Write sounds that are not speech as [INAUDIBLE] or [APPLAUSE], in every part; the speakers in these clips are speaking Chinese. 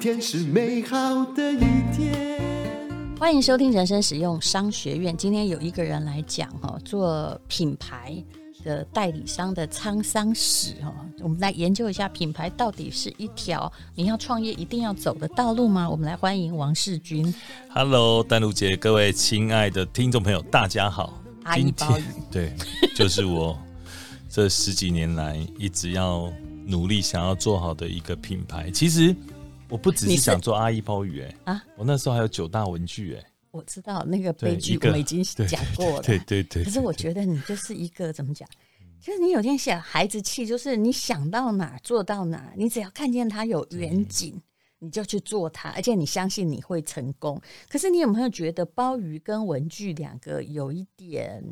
天是美好的一天。欢迎收听《人生实用商学院》。今天有一个人来讲哦，做品牌的代理商的沧桑史哦。我们来研究一下品牌到底是一条你要创业一定要走的道路吗？我们来欢迎王世军 Hello，丹露姐，各位亲爱的听众朋友，大家好。阿姨今包天雨。 [LAUGHS] 对，就是我这十几年来一直要努力想要做好的一个品牌。其实我不只你是是想做阿姨包雨、欸，哎啊我那时候还有九大文具、欸，哎，我知道那个对悲剧一我个们已经对讲过了，对对对可是我觉得你就是一个怎么讲？就是你有点小孩子气，就是你想到哪儿做到哪儿，你只要看见他有远景，你就去做它，而且你相信你会成功。可是你有没有觉得鲍鱼跟文具两个有一点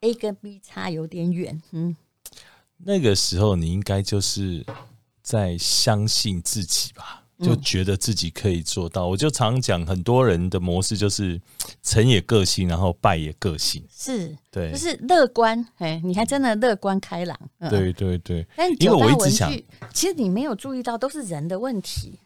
A 跟 B 差有点远？嗯，那个时候你应该就是在相信自己吧，就嗯觉得自己可以做到。我就常讲，很多人的模式就是成也个性，然后败也个性。是，对，就是乐观，哎，你还真的乐观开朗。嗯、。对对对。但因为九大我一直文想具，其实你没有注意到，都是人的问题。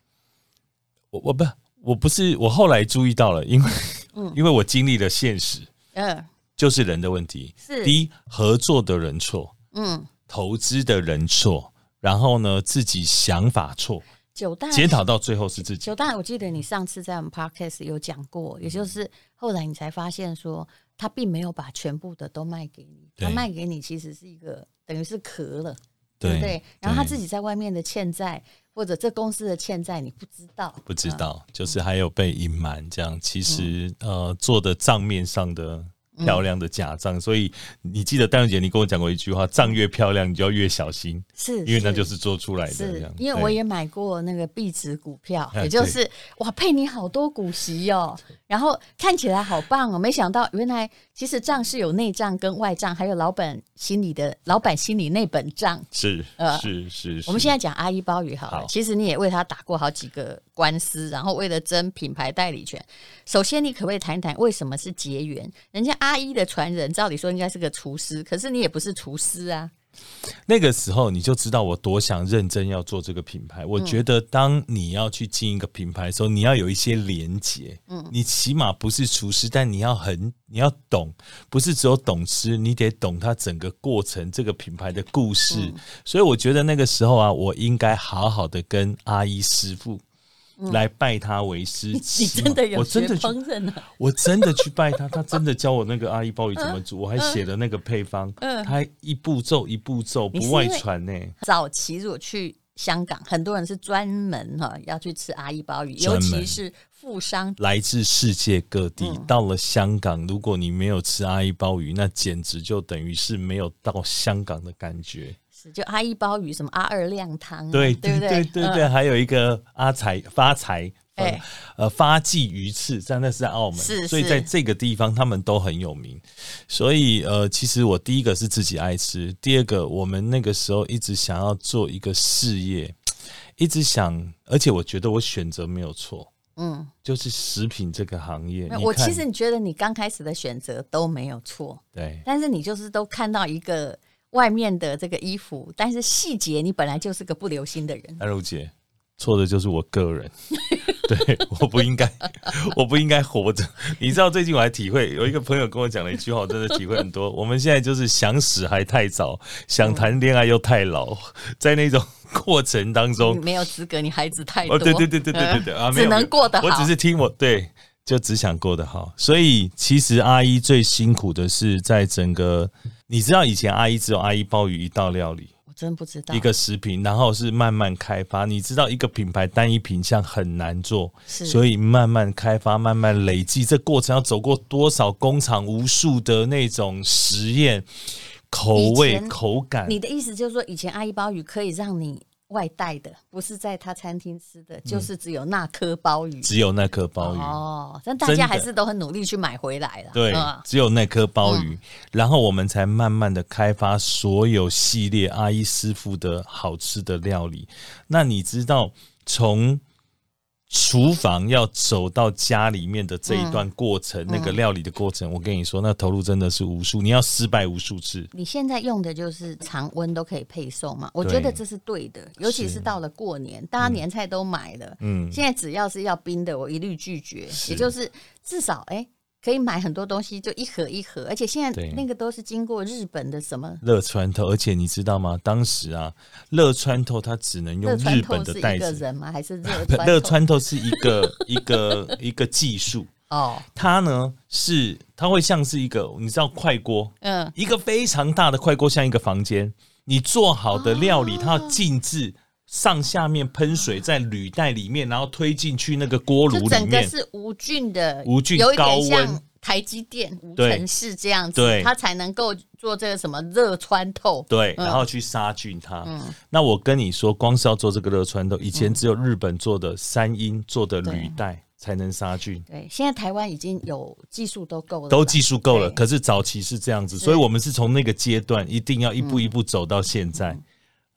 我我不我不是我后来注意到了，因为、嗯 [LAUGHS] 因为我经历了现实，嗯，就是人的问题。是，第一，合作的人错，嗯，投资的人错，然后呢自己想法错，九大检讨到最后是自己九。大，我记得你上次在我们 podcast 有讲过，也嗯就是后来你才发现说，他并没有把全部的都卖给你，对他卖给你其实是一个等于是壳了，对不 [LAUGHS] 对？然后他对自己在外面的欠债，或者这公司的欠债，你不知道，不知嗯道，就是还有被隐瞒这样。其实、呃，做的账面上的嗯漂亮的假账，所以你记得戴茹姐，你跟我讲过一句话：账越漂亮，你就要越小心，是，因为那就是做出来的这是样。，因为对我也买过那个币值股票，[LAUGHS] 哎也就是哇，配你好多股息 [LAUGHS] 哦，然后看起来好棒哦，没想到原来其实账是有内账跟外账，还有老板心里的老板心里那本账。是呃是是是，我们现在讲阿姨包鱼好了，好其实你也为他打过好几个官司，然后为了争品牌代理权。首先，你可不可以谈一谈为什么是结缘？人家阿姨的传人，照理说应该是个厨师，可是你也不是厨师啊。那个时候你就知道我多想认真要做这个品嗯牌。我觉得当你要去进一个品牌的时候，你要有一些连结。嗯，你起码不是厨师，但你要很你要懂，不是只有懂吃，你得懂它整个过程，这个品牌的故事。嗯所以我觉得那个时候啊，我应该好好的跟阿姨师傅。来拜他为师，嗯你起码真的有我学真的去烹饪啊？我真的去拜他， [LAUGHS] 他真的教我那个阿姨鲍鱼怎么煮，我还写了那个配方，嗯他还一步骤一步骤你是不外传呢、早期如果去香港，很多人是专门哈、要去吃阿姨鲍鱼，尤专门其是富商。来自世界各地，嗯到了香港，如果你没有吃阿姨鲍鱼，那简直就等于是没有到香港的感觉。就阿姨鲍鱼，什么阿二亮汤啊、对对对不对对对，嗯还有一个阿财发财。哎呃呃，发迹鱼翅，但那是在澳门，是所以是在这个地方他们都很有名。所以呃，其实我第一个是自己爱吃，第二个我们那个时候一直想要做一个事业，一直想，而且我觉得我选择没有错，嗯，就是食品这个行业。那你我看其实觉得你刚开始的选择都没有错，对但是你就是都看到一个外面的这个衣服，但是细节你本来就是个不留心的人。安茹姐，错的就是我个人， [LAUGHS] 对，我不应该，我不应该活着。你知道最近我还体会，有一个朋友跟我讲了一句话，我真的体会很多。我们现在就是想死还太早，想谈恋爱又太老，在那种过程当你中，没有资格，你孩子太多。哦，对对对对对对对啊，嗯 [LAUGHS] 没只有能过得好。我只是听我对，就只想过得好。所以其实阿姨最辛苦的是在整个，你知道以前阿姨只有阿姨鲍鱼一道料理。我真不知道一个食品，然后是慢慢开发。你知道，一个品牌单一品项很难做，是所以慢慢开发、慢慢累积，这过程要走过多少工厂、无数的那种实验、口以味、前口感。你的意思就是说，以前阿姨鲍鱼可以让你外带的，不是在他餐厅吃的，就是只有那颗鲍鱼。只有那颗鲍鱼，哦，但大真家的还是都很努力去买回来了。对，嗯只有那颗鲍鱼，然后我们才慢慢的开发所有系列阿姨师傅的好吃的料理。那你知道从厨房要走到家里面的这一段过程，那个料理的过程，我跟你说，那投入真的是无数，你要失败无数次。你现在用的就是常温都可以配送嘛，我觉得这是对的，尤其是到了过年，大家年菜都买了，嗯现在只要是要冰的，我一律拒绝，是也就是至少哎、可以买很多东西，就一盒一盒，而且现在对那个都是经过日本的什么乐穿透，而且你知道吗？当时啊，乐穿透它只能用热日穿本透的是一袋个子，人吗？还是热不穿 [LAUGHS] 乐透穿透是一个一个一个技术，哦，它呢是它会像是一个你知道快锅，嗯，一个非常大的快锅，像一个房间，你做好的料理，它要静置。上下面喷水在履带里面，然后推进去那个锅炉就里整个面，是无菌的，无菌有一高点温像台积电无对尘室这样子对，它才能够做这个什么热穿透。对，嗯然后去杀菌它。那我跟你说，光是要做这个热穿嗯透，以前只有日本做的三英做的履带才能杀菌，对，现在台湾已经有技术都够了啦，都技术够了。对可是早期是这样子，所以我们是从那个阶段一定要一嗯步一步走到现在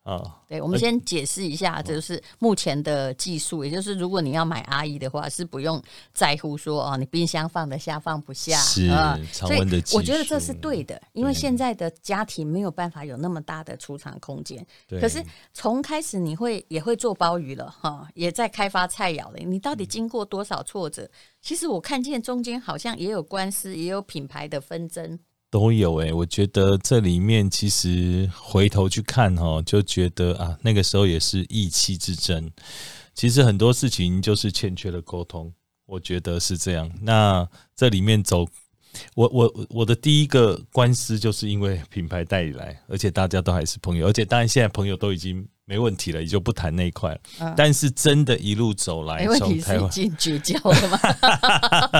啊。对，我们先解释一下，就是目前的技术，也就是如果你要买阿姨的话，是不用在乎说哦，你冰箱放得下放不下，是啊常所以温的技我觉得这术是对的，因为现在的家庭没有办法有那么大的储藏空间。对可是从开始你会也会做鲍鱼了哈，也在开发菜肴了，你到嗯底经过多少挫折？其实我看见中间好像也有官司，也有品牌的纷争。都有欸诶、我觉得这里面其实回头去看哈，就觉得啊，那个时候也是意气之争。其实很多事情就是欠缺了沟通，我觉得是这样。那这里面走，我我我的第一个官司就是因为品牌代理来，而且大家都还是朋友，而且当然现在朋友都已经没问题了，也就不谈那一块了。但是真的一路走来嗯没，问从题是台已湾，经绝交了吗？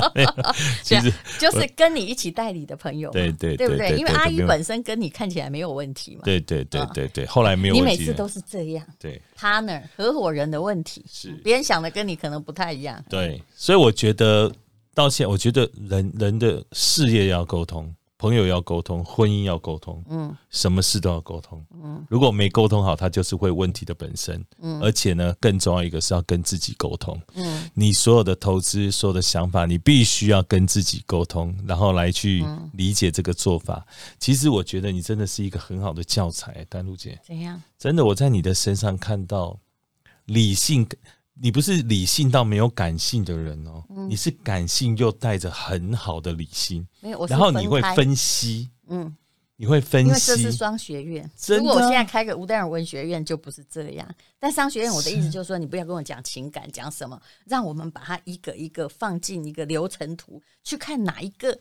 其实 [LAUGHS] 就是跟你一起代理的朋友嘛，对对对不对对对？因为对阿对姨没有本身跟你看起来没有问题嘛，对对对对对，后来没有嗯你问每题啊次了。都是这样对。 ，partner 合伙人的问题，是别人想的跟你可能不太一样，对，所以我觉得道歉，我觉得人人的事业要沟通，朋友要沟通，婚姻要沟通，嗯，什么事都要沟通，嗯，如果没沟通好，它就是会问题的本身，嗯，而且呢，更重要一个是要跟自己沟通，嗯，你所有的投资、所有的想法，你必须要跟自己沟通，然后来去理解这个做法。其实我觉得你真的是一个很好的教材，丹露姐，怎样？真的，我在你的身上看到理性，你不是理性到没有感性的人哦，嗯你是感性又带着很好的理性，没有，我是然后你会开，分析，嗯，你会分因为这是析，商学院。真的如果啊我现在开个吴淡尔文学院，就不是这样。但商学院，我的意思就是说，你不要跟我讲情感，讲什么，让我们把它一个一个放进一个流程图，去看哪一个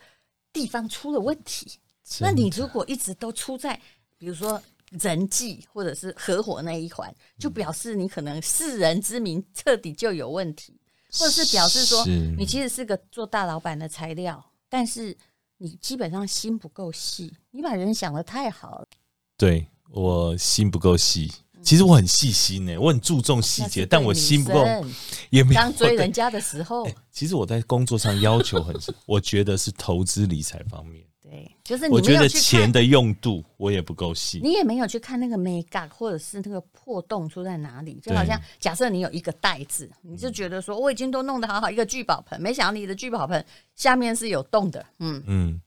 地方出了问题。啊那你如果一直都出在，比如说人际或者是合伙那一环，就表示你可能世人之名彻底就有问题，或者是表示说是你其实是个做大老板的材料，但是你基本上心不够细，你把人想的太好了，对我心不够细。其实我很细心呢、欸我很注重嗯细那是节，对但我心不够，女生也没有哎当追对 [LAUGHS] 人家的时候，其实我在工作上要求很，我觉得是投资理财方面，对，就是 [LAUGHS] 我你没觉有得去钱看，的用度我也不够细。你也没有去看那个 m e g a 或者是那个破洞出在哪里，就好像假设你有一个袋子，你嗯就觉得说我已经都弄得好好一个聚宝盆，没想到你的聚宝盆下面是有洞的，嗯，嗯，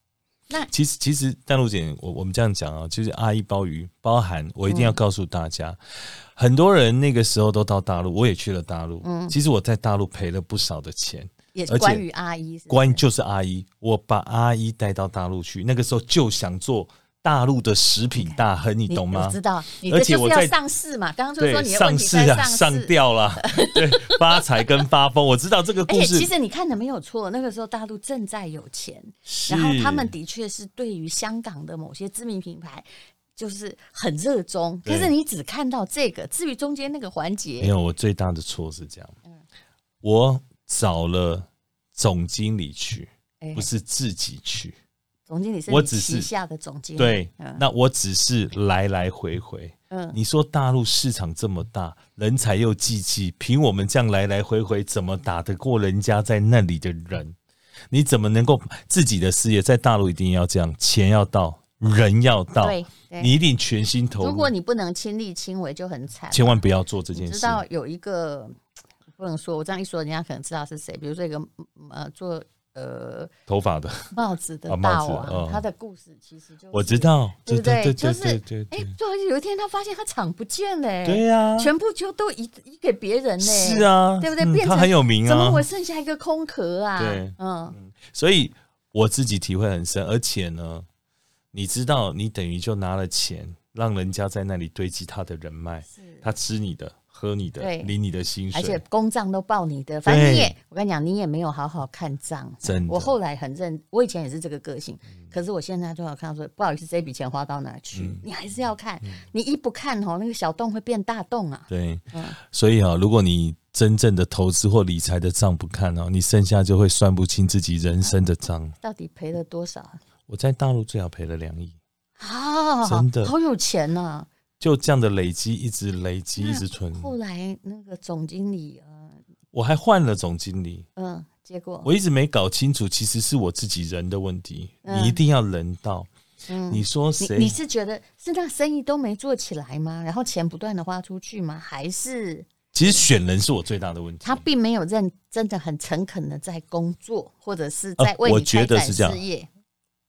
那其实其实淡路姐，我我们这样讲啊，就是阿姨鲍鱼包含，我一嗯定要告诉大家，很多人那个时候都到大陆，我也去了大陆。嗯其实我在大陆赔了不少的钱，也而且关于阿姨是不是关就是阿姨，我把阿姨带到大陆去，那个时候就想做大陆的食品大亨，你懂我吗？知道，你而这且就我是要在上市嘛，刚刚就对说，你的问上题市在啊，上上。[LAUGHS] 吊啦，对，发财跟发疯，我知道这个而故且事其。实你看的没有错，那个时候大陆正在有钱，是然后他们的确是对于香港的某些知名品牌就是很热衷，可对是你只看到这个，至于中间那个环没节，有，我最大的错是这样，嗯我找了总经理去，哎不是自己去。总经理是我你只是旗下的总经理，对，嗯那我只是来来回回。嗯你说大陆市场这么大，人才又济济，凭我们这样来来回回，怎么打得过人家在那里的人？你怎么能够自己的事业在大陆一定要这样，钱要到，人要到，对对你一定全心投如入果。你不能亲力亲为，就很惨。千万不要做这件你知事。道有一个不能说，我这样一说，人家可能知道是谁。比如说一个嗯呃做呃头发的，帽子的啊帽大子王，嗯他的故事其实就是我知，道，对对不对？对就对是对对哎对，，突然有一天他发现他厂不见了、哎对呀，全部就都移移给别人呢、哎是啊，对不对嗯变他成很有名怎么啊我，剩下一个空壳啊？对嗯，所以我自己体会很深，而且呢，你知道，你等于就拿了钱，让人家在那里堆积他的人脉，是，他吃你的，喝你的对，领你的薪而且水，公账都报你的，反正你也对，我跟你讲，你也没有好好看账。啊真的嗯我后来很认，我以前也是这个个性，可是我现在就好看说，不好意思，这笔钱花到哪去？你还是要看，嗯你一不看哦，那个小洞会变大洞啊。对嗯，所以啊，如果你真正的投资或理财的账不看哦，你剩下就会算不清自己人生的账。到底赔了多少啊我在大陆最少赔了两亿，啊？真的好有钱呐、就这样的累积，一直累积，一直存。后来那个总经理，呃我还换了总经理，嗯、结果我一直没搞清楚，其实是我自己人的问题。嗯你一定要人到，嗯你说你谁你？是觉得是那生意都没做起来吗？然后钱不断的花出去吗？还是其实选人是我最大的问题。他并没有认真的很诚恳的在工作，或者是在为呃我你开觉得展是这样事业？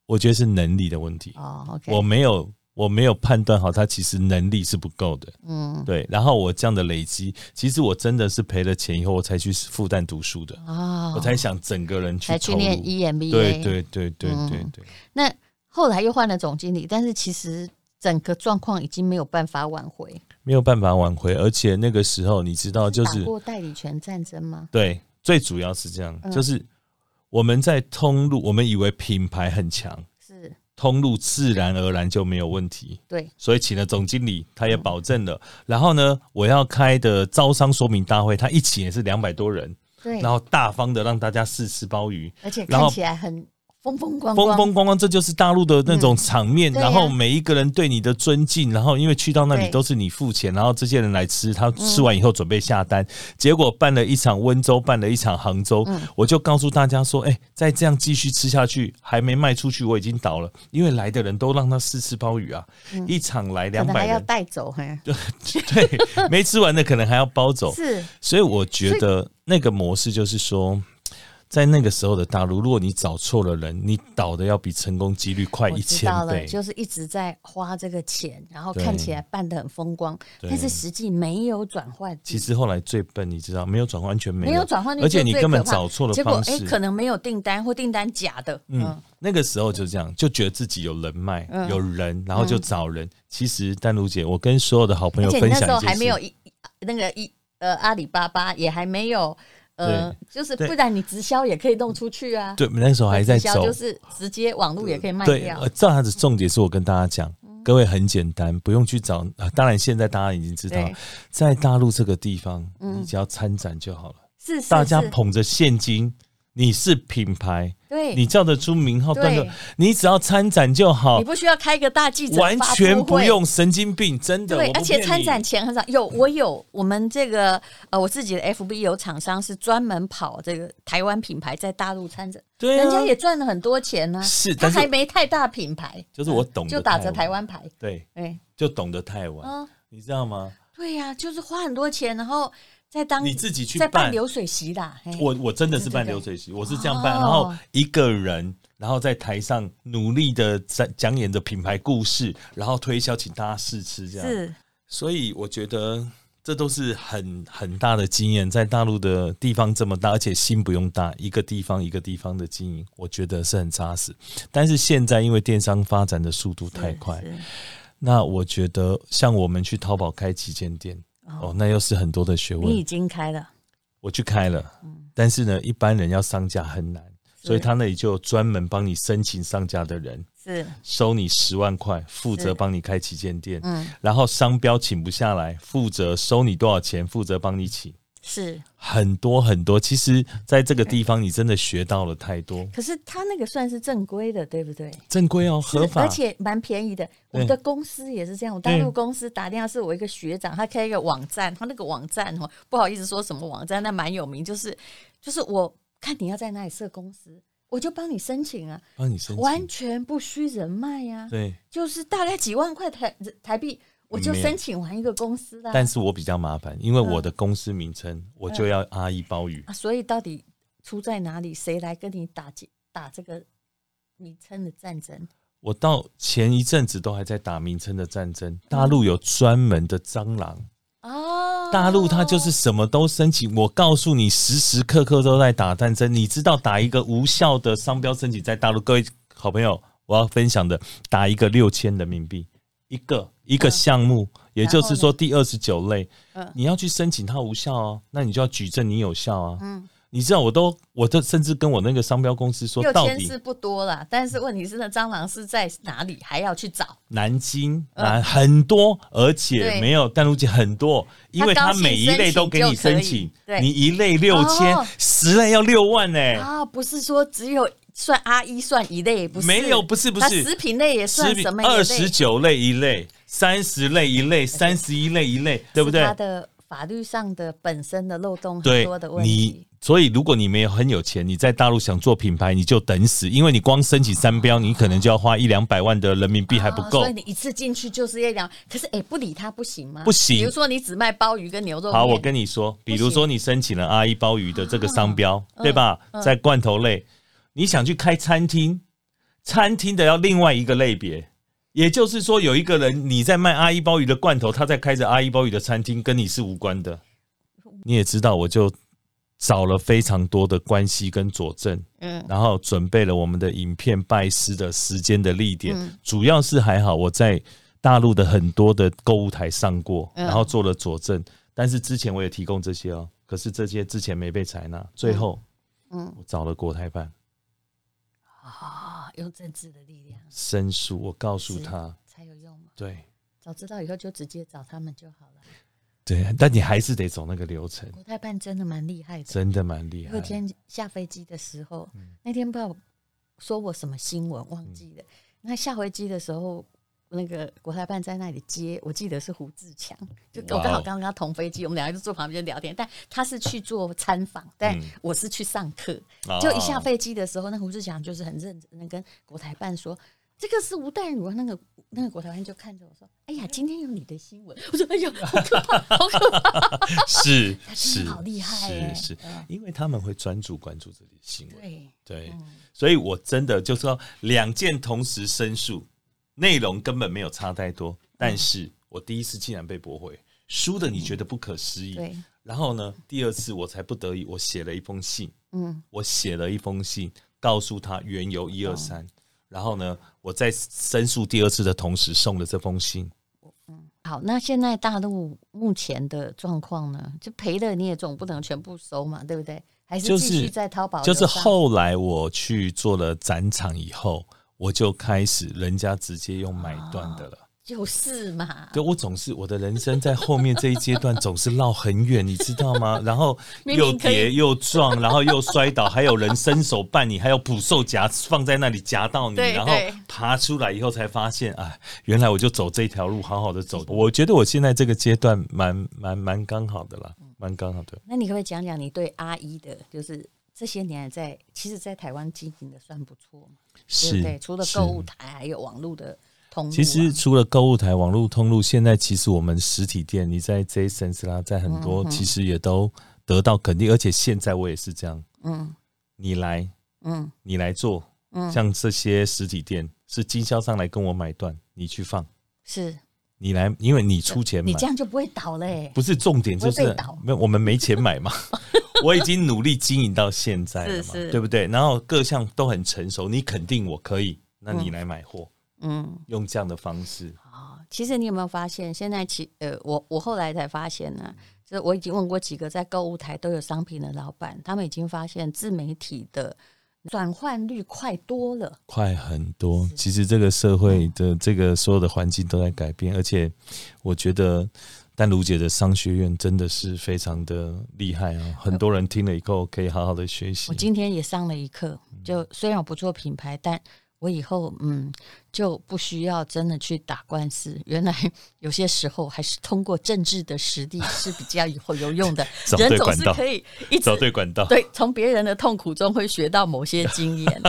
我觉得是能力的问题，哦，OK，我没有我没有判断好他其实能力是不够的。嗯对，然后我这样的累积，其实我真的是赔了钱以后，我才去复旦读书的，啊，我才想整个人去才去投入念，E EMBA，对对对对对嗯对，那后来又换了总经理，但是其实整个状况已经没有办法挽回。没有办法挽回，而且那个时候你知道，哦就打是过代理权战争吗？对，最主要是这样，嗯就是我们在通路，我们以为品牌很强，是，通路自然而然就没有问题，对，所以请了总经理，他也保证嗯了。然后呢，我要开的招商说明大会，他一起也是两百多人，对，然后大方的让大家试吃鲍鱼，而且看然后起来很风风光光，风风光光，这就是大陆的那种场面。对啊然后每一个人对你的尊敬，然后因为去到那里对嗯都是你付钱，然后这些人来吃，他吃完以后准备下单，结果办了一场温州，办了一场杭州，嗯我就告诉大家说，哎、再这样继续吃下去，还没卖出去，我已经倒了，因为来的人都让他试吃鲍鱼啊，一场来嗯可两能百还要人， [LAUGHS] 带走，嘿，对，没吃完的可能还要包 [LAUGHS] 走，是，所以我觉得那个模式就是说，在那个时候的大陆，如果你找错了人，你倒的要比成功几率快我一知千道了，倍。就是一直在花这个钱，然后对看起来办得很风光，对但是实际没有转换率，其实后来最笨，你知道，没有转换，完全没有，没有转换率而且你就最根本可怕找错了结果方哎、式。可能没有订单或订单假的，嗯嗯，，那个时候就这样，就觉得自己有人脉，有人，然后就找人。其实丹如姐，我跟所有的好朋嗯而友且分你那享时候一件还没有事，一那个一呃阿里巴巴也还没有呃，就是对不然你直销也可以弄出去啊，对，那时候还在直销走就，是直接网络也可以卖对，掉嗯呃，这样子重点是我跟大家讲，各位很简单，不用去找。啊当然，现在大家已经知道对，嗯在大陆这个地方，你只要参展就好了。是是大家是捧着现金，你是品牌，对你叫得出名号，对段落，你只要参展就好你，不需要开个大记者完发布全不会用神经病，真的。对，我不嗯而且骗参你展前很少有，我有我们这个呃，我自己的 FB 有厂商是专门跑这个台湾品牌在大陆参展，对啊人家也赚了很多钱呢、是他但是还没太大品牌，就是我嗯懂得就打着台台湾湾牌，对，哎，就懂得太晚，嗯，你知道吗？对呀、就是花很多钱，然后再当你自己去再办办流水席啦，哎嘿我我哎真的是办对对对流水席，我是这样办，哦然后一个人，然后在台上努力的在讲演着品牌故事，然后推销，请大家试吃这样。是所以我觉得这都是很很大的经验，在大陆的地方这么大，而且心不用大，一个地方一个地方的经营，我觉得是很扎实。但是现在因为电商发展的速度太快，是那我觉得像我们去淘宝开旗舰店，哦，那又是很多的学问。你已经开了，我去开了，但是呢，一般人要上架很难，嗯是所以他那里就有专门帮你申请上架的人，是收你十万块，负是责帮你开旗舰店，嗯然后商标请不下来，负责收你多少钱，负责帮你请，是，很多很多。其实，在这个地方，你真的学到了太多，可是他那个算是正规的，对不对？正规哦，是合法，而且蛮便宜的。我的公司也是这样，我大陆公司打电话是我一个学长，他开一个网站，他那个网站哦，不好意思说什么网站，但蛮有名，就是就是我看你要在哪里设公司，我就帮你申请啊，帮你申完请，全不需人脉呀、啊对就是大概几万块台台币。我就没有申请完一个公司啦。但是我比较麻烦，因为嗯我的公司名称我就要阿姨鲍鱼，啊，所以到底出在哪里？谁来跟你打击打这个名称的战争？我到前一阵子都还在打名称的战争，大陆有专门的蟑嗯螂。哦，大陆它就是什么都申请，我告诉你，时时刻刻都在打战争。你知道打一个无效的商标申请，在大陆，各位好朋友，我要分享的，打一个六千人民币，一个一个项目，也就是说第二十九类，嗯你要去申请它无效哦，那你就要举证你有效啊。嗯你知道我都，我都甚至跟我那个商标公司说，六到千底是不多啦，但是问题是那蟑螂是在哪里，还要去找。南京南很多，而且嗯对没有淡路金很多，因为它每一类都给你他高申请兴申请就可以，对你一类六千哦，十类要六万呢。啊，不是说只有算阿一算一类，不是没有，不是不那是食，品类也算什么一类？二十九类一类，三十类一类，三十一类一类，对不是对它？的法律上的本身的漏洞很对多的，问你题。所以如果你没有很有钱，你在大陆想做品牌，你就等死，因为你光申请商标，你可能就要花一两百万的人民币还不哦够所以。你一次进去就是一两。可是哎、不理它不行吗？不行比如说你只卖鲍鱼跟牛肉面，好，我跟你说，比如说你申请了阿姨鲍鱼的这个商标，对吧？在罐头类，你想去开餐厅，餐厅的要另外一个类别，也就是说，有一个人你在卖阿姨鲍鱼的罐头，他在开着阿姨鲍鱼的餐厅，跟你是无关的。你也知道，我就找了非常多的关系跟佐证，嗯然后准备了我们的影片拜师的时间的历点，嗯主要是还好我在大陆的很多的购物台上过，嗯然后做了佐证，但是之前我也提供这些哦，可是这些之前没被采纳，最后嗯我找了国台办啊、用政治的力量申诉，我告诉他，才有用嘛。对早知道以后就直接找他们就好了。对，但你还是得走那个流程，国台办真的蛮厉害的。真的蛮厉我害有一，天下飞机的时候，嗯那天不知道说我什么新闻忘记了。那下飞机的时候，那个国台办在那里接，我记得是胡志强，就哇哦我刚好刚跟他同飞机，我们两个就坐旁边聊天。但他是去做参访，但嗯我是去上课。哦就一下飞机的时候，那胡志强就是很认真的跟国台办说。这个是吴淡如，那个那个国台办就看着我说：“哎呀，今天有你的新闻。”我说：“哎呀，好可怕，好可怕！是真是的好厉害耶是是嗯，因为他们会专注关注这里新闻。 [LAUGHS] 对，对，所以我真的就说两件同时申诉，内容根本没有差太多，但是我第一次竟然被驳回，输的你觉得不可思议。对，然后呢，第二次我才不得已，我写了一封信，嗯，我写了一封信告诉他缘由一二三，然后呢，我在申诉第二次的同时送了这封信，好，那现在大陆目前的状况呢？就赔了你也总不能全部收嘛，对不对？还是就继续是在淘宝就是流上后来我去做了展场以后，我就开始人家直接用买断的了。就是嘛，对，我总是我的人生在后面这一阶段总是绕很远，你知道吗？然后明又明可以跌又撞，然后又摔倒，还有人伸手绊你，还有捕兽夹放在那里夹到你，对然后对爬出来以后才发现，哎，原来我就走这条路，好好的走。我觉得我现在这个阶段蛮蛮蛮刚好的啦，蛮刚好的。那你可不可以讲讲你对阿姨的，就是这些年来在其实，在台湾经营的算不错嘛，对是不对？除了是购物台，还有网络的通路啊、其实除了购物台、网络通路，现在其实我们实体店，你在 Jasons 啦，在很多其实也都得到肯定，而且现在我也是这样，嗯你来，嗯你来做，嗯像这些实体店是经销商来跟我买断，你去放，是你来，因为你出钱买你，这样就不会倒欸嘞、不是重点，就不会是被倒没有我们没钱 [LAUGHS] 买嘛。我已经努力经营到现在了嘛，是是对不对？然后各项都很成熟，你肯定我可以，那你来买货，嗯。用这样的方式，哦，其实你有没有发现，现在其呃，我我后来才发现呢，就是我已经问过几个在购物台都有商品的老板，他们已经发现自媒体的转换率快多了。快很多。其实这个社会嗯的这个所有的环境都在改变，而且我觉得丹如姐的商学院真的是非常的厉害啊！很多人听了以后可以好好的学习呃我。今天也上了一课，嗯就虽然我不做品牌，但我以后嗯就不需要真的去打官司。原来有些时候还是通过政治的实力是比较以后有用 [LAUGHS] 的找，对人总管是道可以一直找对管道，对，从别人的痛苦中会学到某些经 [LAUGHS] 验。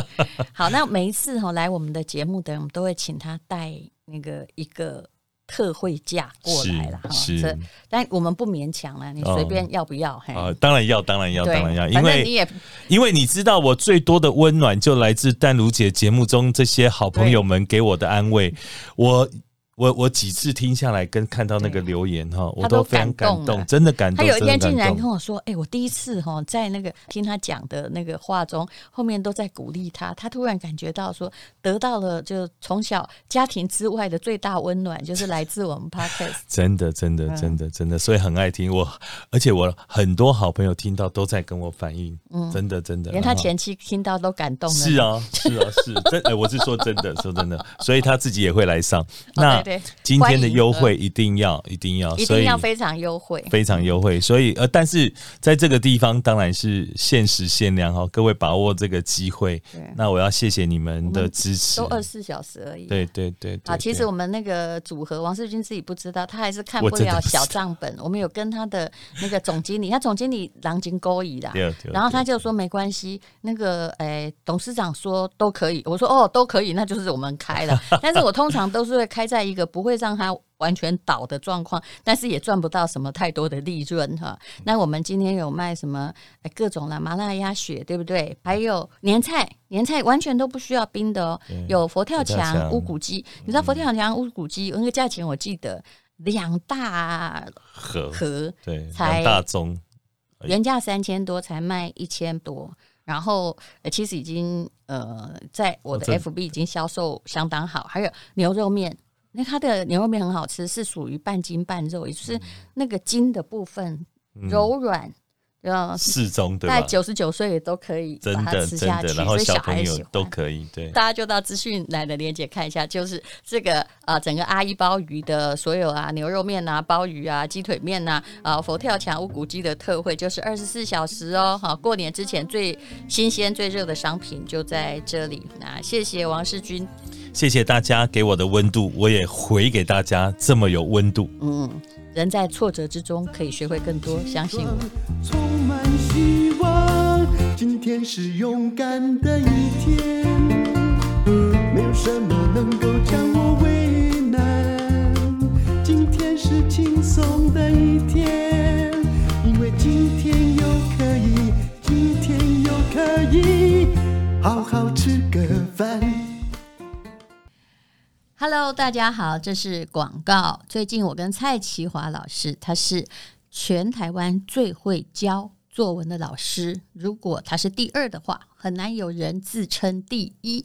好，那每一次哈、来我们的节目的人，我们都会请他带那个一个特惠价过来了哈。是是这但我们不勉强了，你随便要不要？嘿，啊，当然要，当然要，对当然要，因反正你为也因为你知道，我最多的温暖就来自淡如姐节目中这些好朋友们给我的安嗯慰。我我我几次听下来，跟看到那对个啊留言哈，我他都非常感感动了动，真的感他动。有一天真竟的然感动。跟我说：“哎、我第一次哈，在那个听他讲的那个话中，后面都在鼓励他。他突然感觉到说，得到了就从小家庭之外的最大温暖，就是来自我们 [LAUGHS] podcast 真的，真嗯的，真的，真的，所以很爱听我，而且我很多好朋友听到都在跟我反映，真的，真的，嗯连他然后前妻听到都感动了。是，啊，是啊，是 [LAUGHS] 真、哎，我是说真的，说真的，所以他自己也会来上。那哦对对今天的欢迎嗯优惠一定要，一定要，一哦所定以要非常优惠。非常优惠，所以呃，但是在这个地方当然是限时限量哈，各位把握这个机会对。那我要谢谢你们的支持都，二十四小时而已。对对对对啊，其实对我们那个组合，王世军自己不知道，他还是看我不真的了不知小道账本。我们有跟他的那个总经理，他总经理狼金勾引啊啦，对对然后他对就说没关系，那个诶、董事长说都可以，我说哦都可以，那就是我们开 [LAUGHS] 了。但是我通常都是会开在一个不会让他完全倒的状况，但是也赚不到什么太多的利润哈。那我们今天有卖什么、诶各种啦，麻辣鸭血对不对？还有年菜，年菜完全都不需要冰的哦，有佛跳佛跳墙、墙嗯乌骨鸡。你知道佛跳墙、乌骨鸡那个价钱我记得两大和盒对才两 [LAUGHS] 大宗原价三千多，才卖一千多。然后、呃、其实已经呃，在我的哦这 FB 已经销售相当好。还有牛肉面，那它的牛肉面很好吃，是属于半筋半肉，也嗯就是那个筋的部分柔软，呃，四宗嗯对大吧概？九十九岁也都可以真把它的吃真下去，的，然所后以小朋孩友喜欢都可以对。大家就到资讯来的链接看一下，就是这个啊、呃整个阿姨鲍鱼的所有啊，牛肉面啊、鲍鱼啊、鸡腿面呐、啊、佛跳墙、乌骨鸡的特惠，就是二十四小时哦，好，过年之前最新鲜、最热的商品就在这里。那谢谢王世军，谢谢大家给我的温度，我也回给大家这么有温度。嗯，人在挫折之中可以学会更多，相信我。充满希望。今天是勇敢的一天，没有什么能够将我为难。今天是轻松的一天，因为今天又可以，今天又可以好好吃个饭。 Hello，大家好，这是广告。最近我跟蔡奇华老师，他是全台湾最会教作文的老师。如果他是第二的话，很难有人自称第一。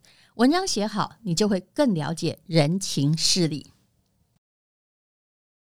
文章写好，你就会更了解人情事理。